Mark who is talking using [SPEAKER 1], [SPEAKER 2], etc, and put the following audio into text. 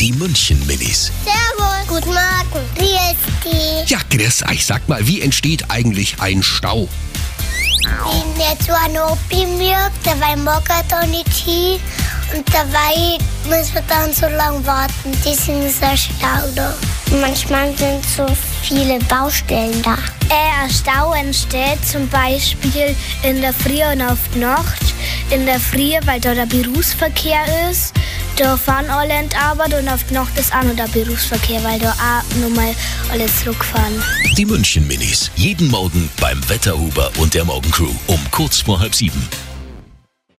[SPEAKER 1] Die München Minis.
[SPEAKER 2] Servus. Guten Morgen. Wie ist die?
[SPEAKER 1] Ja, grüß euch. Sag mal, wie entsteht eigentlich ein Stau?
[SPEAKER 2] Bin jetzt an Opimilk, dabei Mogatonichi und dabei müssen wir dann so lange warten. Deswegen ist der Stau da. Manchmal sind so viele Baustellen da. Ein Stau entsteht zum Beispiel in der Früh und auf die Nacht. In der Früh, weil da der Berufsverkehr ist. Da fahren alle in die Arbeit und auf die Nacht ist auch noch der Berufsverkehr, weil da auch nochmal alle zurückfahren.
[SPEAKER 1] Die München Minis. Jeden Morgen beim Wetterhuber und der Morgencrew um kurz vor halb sieben.